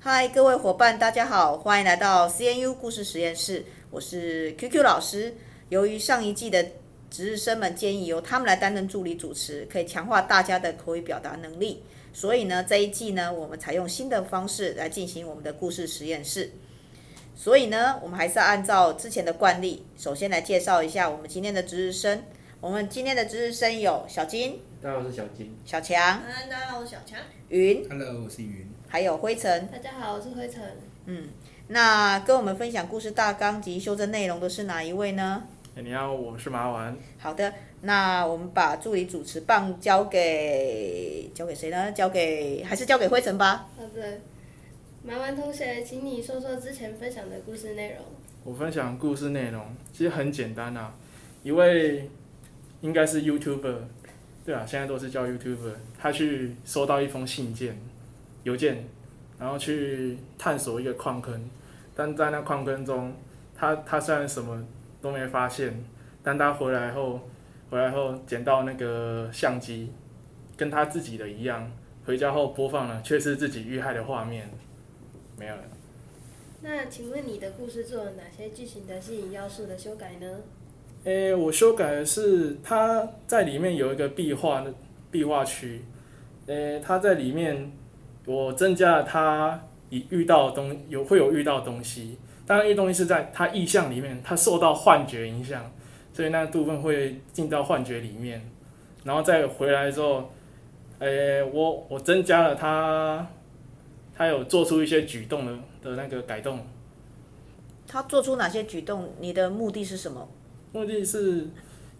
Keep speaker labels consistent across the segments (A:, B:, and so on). A: 嗨，各位伙伴，大家好，欢迎来到 CNU 故事实验室，我是 QQ 老师。由于上一季的值日生们建议由他们来担任助理主持，可以强化大家的口语表达能力，所以呢，这一季呢，我们采用新的方式来进行我们的故事实验室。所以呢，我们还是要按照之前的惯例，首先来介绍一下我们今天的值日生。我们今天的值日生有小金、
B: 大家好，我是小金。
A: 小强、
C: 嗨，大家好，我是小强。
A: 云，
B: Hello，我是云。
A: 还有灰尘。
C: 大家好，我是灰尘。
A: 那跟我们分享故事大纲及修正内容的是哪一位呢？
B: 你好，我是麻丸。
A: 好的，那我们把助理主持棒交给交给谁呢？交给还是交给灰尘吧。
C: 好的，麻烦同学，请你说说之前分享的故事内容。
B: 我分享故事内容其实很简单啊，一位应该是 YouTuber，对啊，现在都是叫 YouTuber。他去收到一封信件、邮件，然后去探索一个矿坑，但在那矿坑中，他他虽然什么都没发现，但他回来后，回来后捡到那个相机，跟他自己的一样，回家后播放了却是自己遇害的画面，没有了。
C: 那请问你的故事做了哪些剧情的吸引要素的修改呢？
B: 诶、我修改的是它在里面有一个壁画的壁画区，诶、它在里面我增加了它已遇到的东有会有遇到的东西，当然遇东西是在它意象里面，它受到幻觉影响，所以那部分会进到幻觉里面，然后再回来之后，诶、我我增加了它，它有做出一些举动的的那个改动，
A: 他做出哪些举动？你的目的是什么？
B: 目的是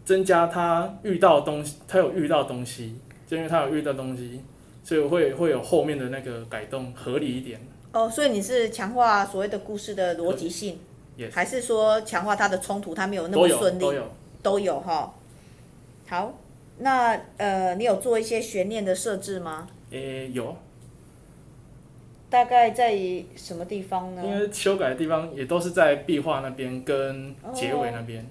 B: 增加他遇到的东西，他有遇到东西，就因为他有遇到东西，所以会会有后面的那个改动合理一点。
A: 哦，所以你是强化所谓的故事的逻辑性，
B: 也
A: 还是说强化它的冲突？它没有那
B: 都
A: 么
B: 有
A: 顺利，
B: 都有，
A: 都有哈。好，那呃，你有做一些悬念的设置吗？
B: 诶、有，
A: 大概在于什么地方呢？
B: 因为修改的地方也都是在壁画那边跟
A: 哦
B: 结尾那边。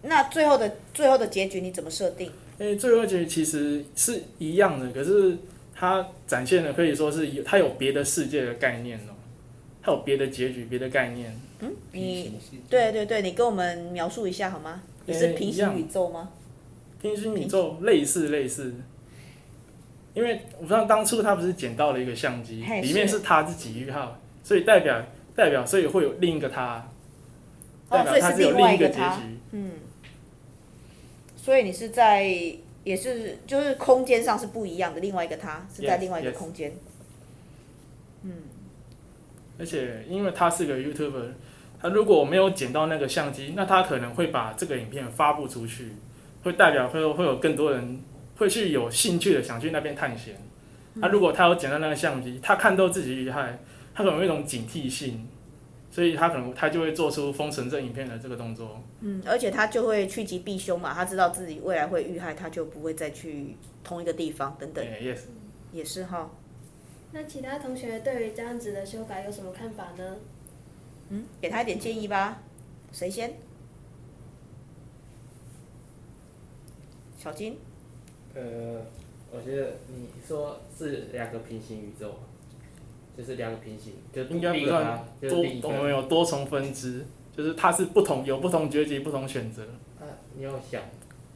A: 那最后的最后的结局你怎么设定？
B: 诶、最后结局其实是一样的，可是它展现的可以说是有它有别的世界的概念哦，它有别的结局、别的概念。
A: 你对对对，你跟我们描述一下好吗？你是
B: 呃
A: 平
B: 一
A: 行
B: 样
A: 宇宙吗？
B: 平行宇宙类似类似，因为我不知道当初他不是捡到了一个相机，
A: 嘿
B: 里面
A: 是
B: 是他自己一号，所以代表代表，所以会有另一个他，代
A: 哦，
B: 表
A: 所以
B: 他
A: 是
B: 是有
A: 另外
B: 另
A: 一个
B: 结
A: 他，
B: 局，
A: 所以你是在也是就是空间上是不一样的，另外一个他是在
B: Yes,
A: 另外一个
B: yes.
A: 空间。
B: 而且因为他是个 YouTuber，他如果没有捡到那个相机，那他可能会把这个影片发布出去，会代表会有会有更多人会去有兴趣的想去那边探险。那、如果他有捡到那个相机，他看到自己遇害，他可能有一种警惕性，所以他可能他就会做出封神这影片的这个动作。
A: 嗯，而且他就会趋吉避凶嘛，他知道自己未来会遇害，他就不会再去同一个地方等等，
B: 哎，yes，
A: 也是哈。
C: 那其他同学对于这样子的修改有什么看法呢？
A: 嗯，给他一点建议吧。谁先？小金。
D: 呃，我觉得你说是两个平行宇宙嘛，就是两个平行，就
B: 应该不
D: 另一个
B: 算
D: 他，就是
B: 多
D: 另一，个
B: 我。们有多重分支，就是它是不同有不同结局、不同选择。
D: 那你有想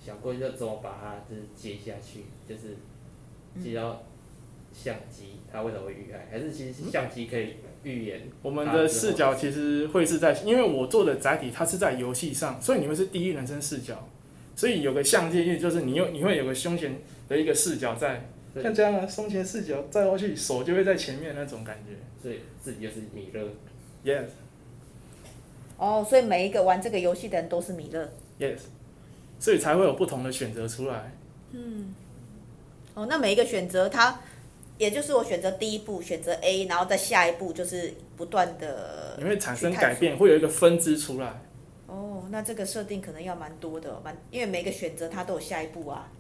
D: 想过要怎么把它就是接下去，就是接到相机，它为什么会遇害？还是其实相机可以预言？
B: 我们的视角其实会是在，因为我做的载体它是在游戏上，所以你们是第一人称视角，所以有个相机，也就是你有你会有个胸前的一个视角在，
D: 对
B: 像这样啊，胸前视角再过去，手就会在前面那种感觉。
D: 所以自己就是米勒。
B: Yes,
A: 哦，所以每一个玩这个游戏的人都是米勒。
B: yes，所以才会有不同的选择出来。
A: 哦，那每一个选择它，也就是我选择第一步选择 A，然后再下一步就是不断的
B: 你会产生
A: 去探索
B: 改变，会有一个分支出来。
A: 哦，那这个设定可能要蛮多的哦，蛮因为每个选择它都有下一步啊。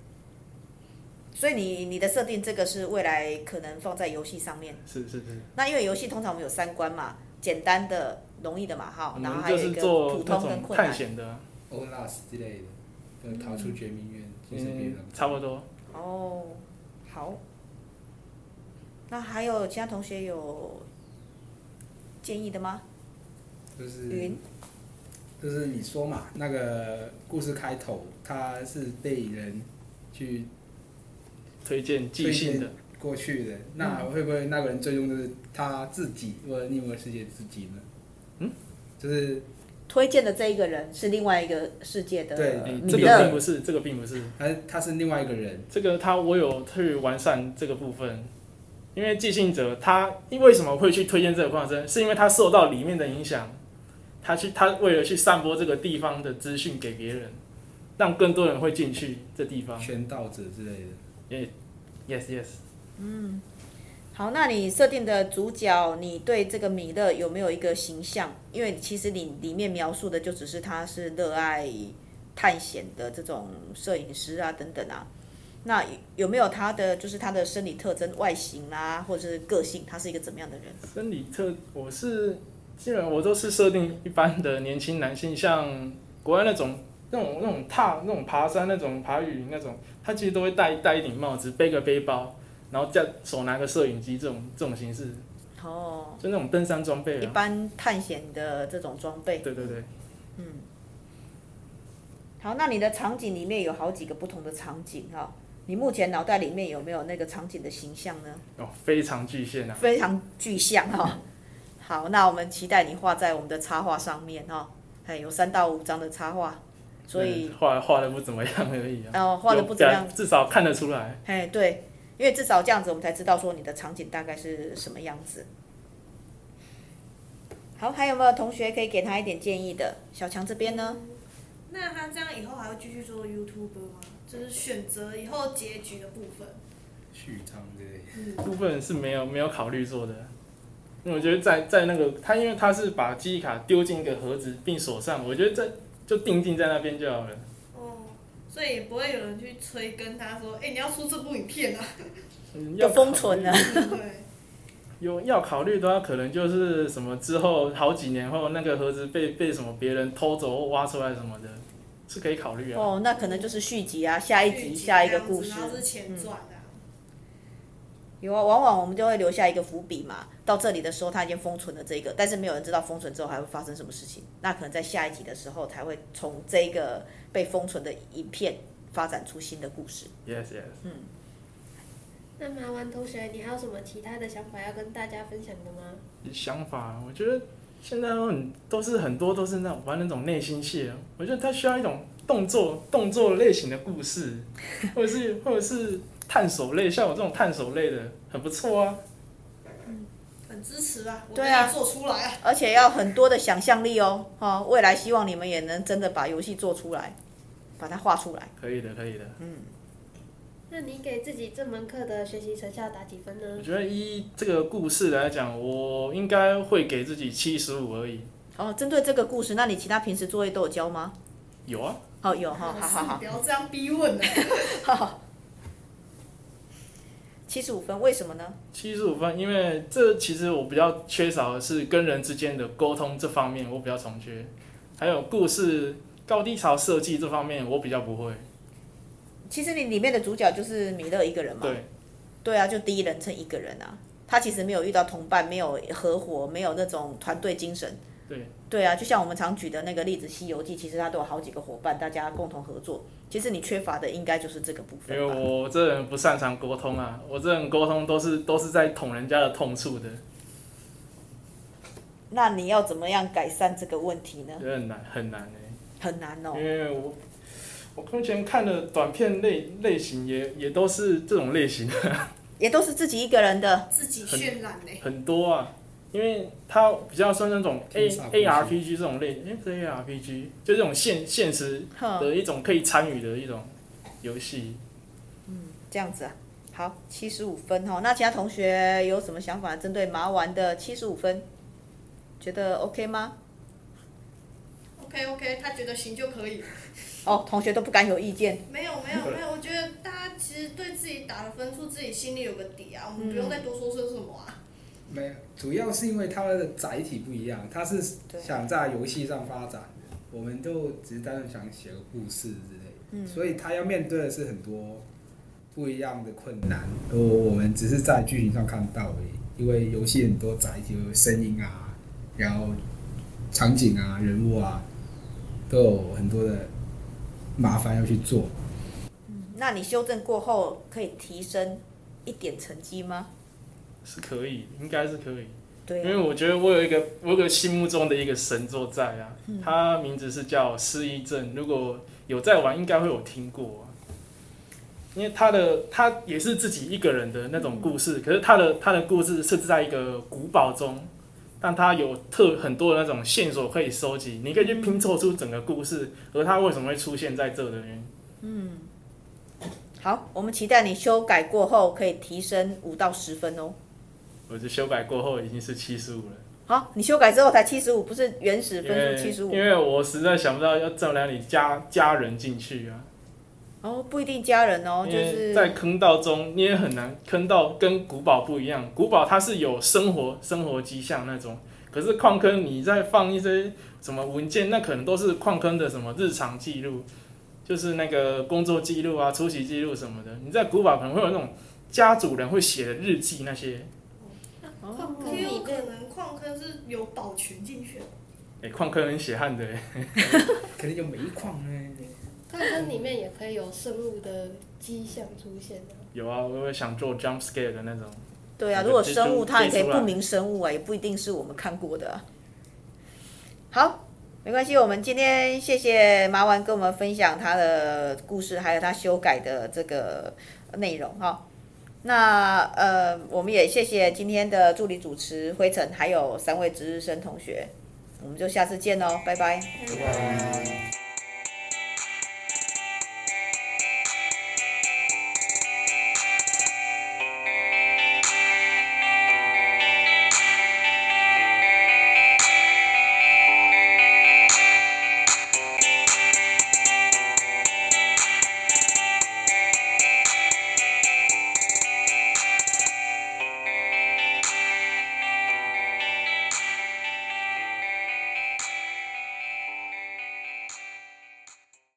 A: 所以你你的设定这个是未来可能放在游戏上面。
B: 是是是，
A: 那因为游戏通常我们有三关嘛，简单的、容易的嘛，哈
B: 我，
A: 然后
B: 们
A: 还有
B: 就
A: 一
B: 是
A: 个
B: 做
A: 普
B: 那
A: 通跟
B: 种
A: 困
B: 探
A: 难。
B: 险的啊，
E: 欧拉斯之类的，就逃出绝命院，就是别
B: 嗯
E: 人，
B: 差不多。
A: 哦，好。那还有其他同学有建议的吗？
E: 就是
A: 云，
E: 就是你说嘛，那个故事开头他是被人去
B: 推荐寄信的，
E: 过去的，那会不会那个人最终就是他自己或者另一个世界自己呢？
B: 嗯，
E: 就是
A: 推荐的这一个人是另外一个世界的
E: 对
B: 诶
E: 嗯
A: 你
B: 这
A: 的
B: 个并不是，这个并不是，
E: 他他是另外一个人，
B: 这个他我有去完善这个部分，因为寄信者他因为什么会去推荐这个矿山，是因为他受到里面的影响，他去他为了去散播这个地方的资讯给别人，让更多人会进去这地方。
E: 宣道者之类的。
B: Yes yes，
A: 好，那你设定的主角，你对这个米勒有没有一个形象？因为其实你里面描述的就只是他是热爱探险的这种摄影师啊等等啊。那有没有他的就是他的生理特征、外形啊，或者是个性，他是一个怎么样的人？
B: 生理特我是基本我都是设定一般的年轻男性，像国外那种那种那种踏那种爬山那种爬雨那种，他其实都会戴戴一顶帽子，背个背包，然后再手拿个摄影机这种这种形式，啊
A: 哦，
B: 就那种登山装备
A: 一
B: 啊。
A: 般探险的这种装备。
B: 对对对，
A: 好，那你的场景里面有好几个不同的场景哈、你目前脑袋里面有没有那个场景的形象呢？
B: 哦，非常具现啊。
A: 非常具象哈、好，那我们期待你画在我们的插画上面哈、哎，有三到五张的插画，所以
B: 嗯画画的不怎么样而已啊，
A: 呃画的不怎么
B: 有
A: 样，
B: 表，至少看得出来。
A: 哎对，因为至少这样子我们才知道说你的场景大概是什么样子。好，还有没有同学可以给他一点建议的？小强这边呢？
F: 那他这样以后还会继续做 YouTuber 吗？就是选择以后结局的部分。
E: 序章之类的，
B: 部分是没有没有考虑做的，因为我觉得在在那个他，因为他是把记忆卡丢进一个盒子并锁上，我觉得这就定定在那边就好了。
F: 哦，所以也不会有人去催跟他说，哎、你要出这部影片啊。
B: 嗯，
A: 就
B: 要
A: 封存啊了。
F: 对，
B: 有要考虑的话，可能就是什么之后好几年后那个盒子被被什么别人偷走或挖出来什么的，是可以考虑啊。
A: 哦，那可能就是续集啊，下一集下一个故事嗯
F: 然。后是前传啊。
A: 有啊，往往我们就会留下一个伏笔嘛。到这里的时候，他已经封存了这个，但是没有人知道封存之后还会发生什么事情。那可能在下一集的时候，才会从这个被封存的影片发展出新的故事。
B: Yes yes，
C: 那麻丸同学，你还有什么其他的想法要跟大家分享的吗？
B: 想法我觉得现在都很都是很多都是那种玩那种内心戏啊，我觉得他需要一种动作动作类型的故事，或者是或者是探索类，像我这种探索类的很不错啊。
F: 很支持啊，我
A: 对
F: 等
A: 啊
F: 下做出来啊。
A: 而且要很多的想象力哦，哈、未来希望你们也能真的把游戏做出来，把它画出来。嗯
B: 可以的，可以的。
C: 那你给自己这门课的学习成效打几分
B: 我
C: 呢？
B: 觉得依这个故事来讲，我应该会给自己七十五而已。
A: 哦，针对这个故事，那你其他平时作业都有交吗？
B: 有啊，
A: 好、有哈，好好
F: 老师你
A: 好
F: 不要这样逼问啊。
A: 好，七十五分，为什么呢？
B: 七十五分，因为这其实我比较缺少的是跟人之间的沟通这方面，我比较重缺。还有故事高低潮设计这方面，我比较不会。
A: 其实你里面的主角就是米勒一个人嘛。
B: 对，
A: 对啊，就第一人称一个人啊，他其实没有遇到同伴，没有合伙，没有那种团队精神。
B: 对，
A: 对啊，就像我们常举的那个例子，《西游记》其实他都有好几个伙伴，大家共同合作。其实你缺乏的应该就是这个部
B: 因
A: 分
B: 为
A: 吧。
B: 我这人不擅长沟通啊，我这人沟通都是都是在捅人家的痛处的，
A: 那你要怎么样改善这个问题呢？
B: 觉得很难很难哎、
A: 很难哦。
B: 因为我我目前看的短片类类型也也都是这种类型。
A: 也都是自己一个人的，
F: 自己渲染呢、欸
B: 很多啊，因为它比较算那种
E: 天
B: A
E: 煞孤星
B: A R P G 这种类，哎、不是 A R P G，就这种现现实
A: 哼，
B: 的一种可以参与的一种游戏。
A: 这样子啊。好，七十五分哈、哦。那其他同学有什么想法？针对麻丸的七十五分，觉得 OK 吗？
F: OK OK，他觉得行就可以。
A: 哦，同学都不敢有意见。
F: 没有没有没有，我觉得大家其实对自己打的分数自己心里有个底啊，我
C: 嗯
F: 们不用再多说些什么啊。
E: 没有，主要是因为它的载体不一样，它是
A: 对
E: 想在游戏上发展的，我们都只是单纯想写个故事之类的，
A: 嗯
E: 所以它要面对的是很多不一样的困难，我我们只是在剧情上看到而已，因为游戏很多载体，有声音啊、然后场景啊、人物啊，都有很多的麻烦要去做。
A: 嗯那你修正过后可以提升一点成绩吗？
B: 是可以，应该是可以，因
A: 对
B: 为
A: 啊，
B: 我觉得我有一个我有个心目中的一个神作在啊，
A: 嗯
B: 它名字是叫失忆症，如果有在玩应该会有听过、啊，因为他的他也是自己一个人的那
A: 嗯
B: 种故事，可是他的他的故事是在一个古堡中，但他有特很多的那种线索可以收集，你可以去拼凑出整个故事，而他为什么会出现在这的原因。
A: 好，我们期待你修改过后可以提升五到十分哦。
B: 我是修改过后已经是七十五了，
A: 好，你修改之后才七十五，不是原始
B: 因
A: 分数七十
B: 为
A: 五
B: 因为我实在想不到要怎么样你加加人进去啊，
A: 哦，不一定家人哦，就
B: 因为
A: 是
B: 在坑道中你也很难坑道跟古堡不一样，古堡它是有生活生活迹象那种，可是矿坑你在放一些什么文件，那可能都是矿坑的什么日常记录，就是那个工作记录啊、出席记录什么的，你在古堡可能会有那种家主人会写的日记那些，
A: 哦
F: 也有可能矿坑是有岛群进去的，
B: 哎、矿坑很血汗的、欸，
E: 可能有煤矿呢，
C: 矿坑里面也可以有生物的迹象出现啊。
B: 有啊，我有想做 jump scare 的那种。
A: 对啊，
B: 那个
A: 如果
B: 蜘蛛
A: 生物它也可以
B: 飞出来
A: 不明生物啊，也不一定是我们看过的啊、好，没关系，我们今天谢谢麻丸跟我们分享他的故事，还有他修改的这个内容哈。那呃，我们也谢谢今天的助理主持灰尘，还有三位值日生同学，我们就下次见喽，拜拜。
E: 拜拜。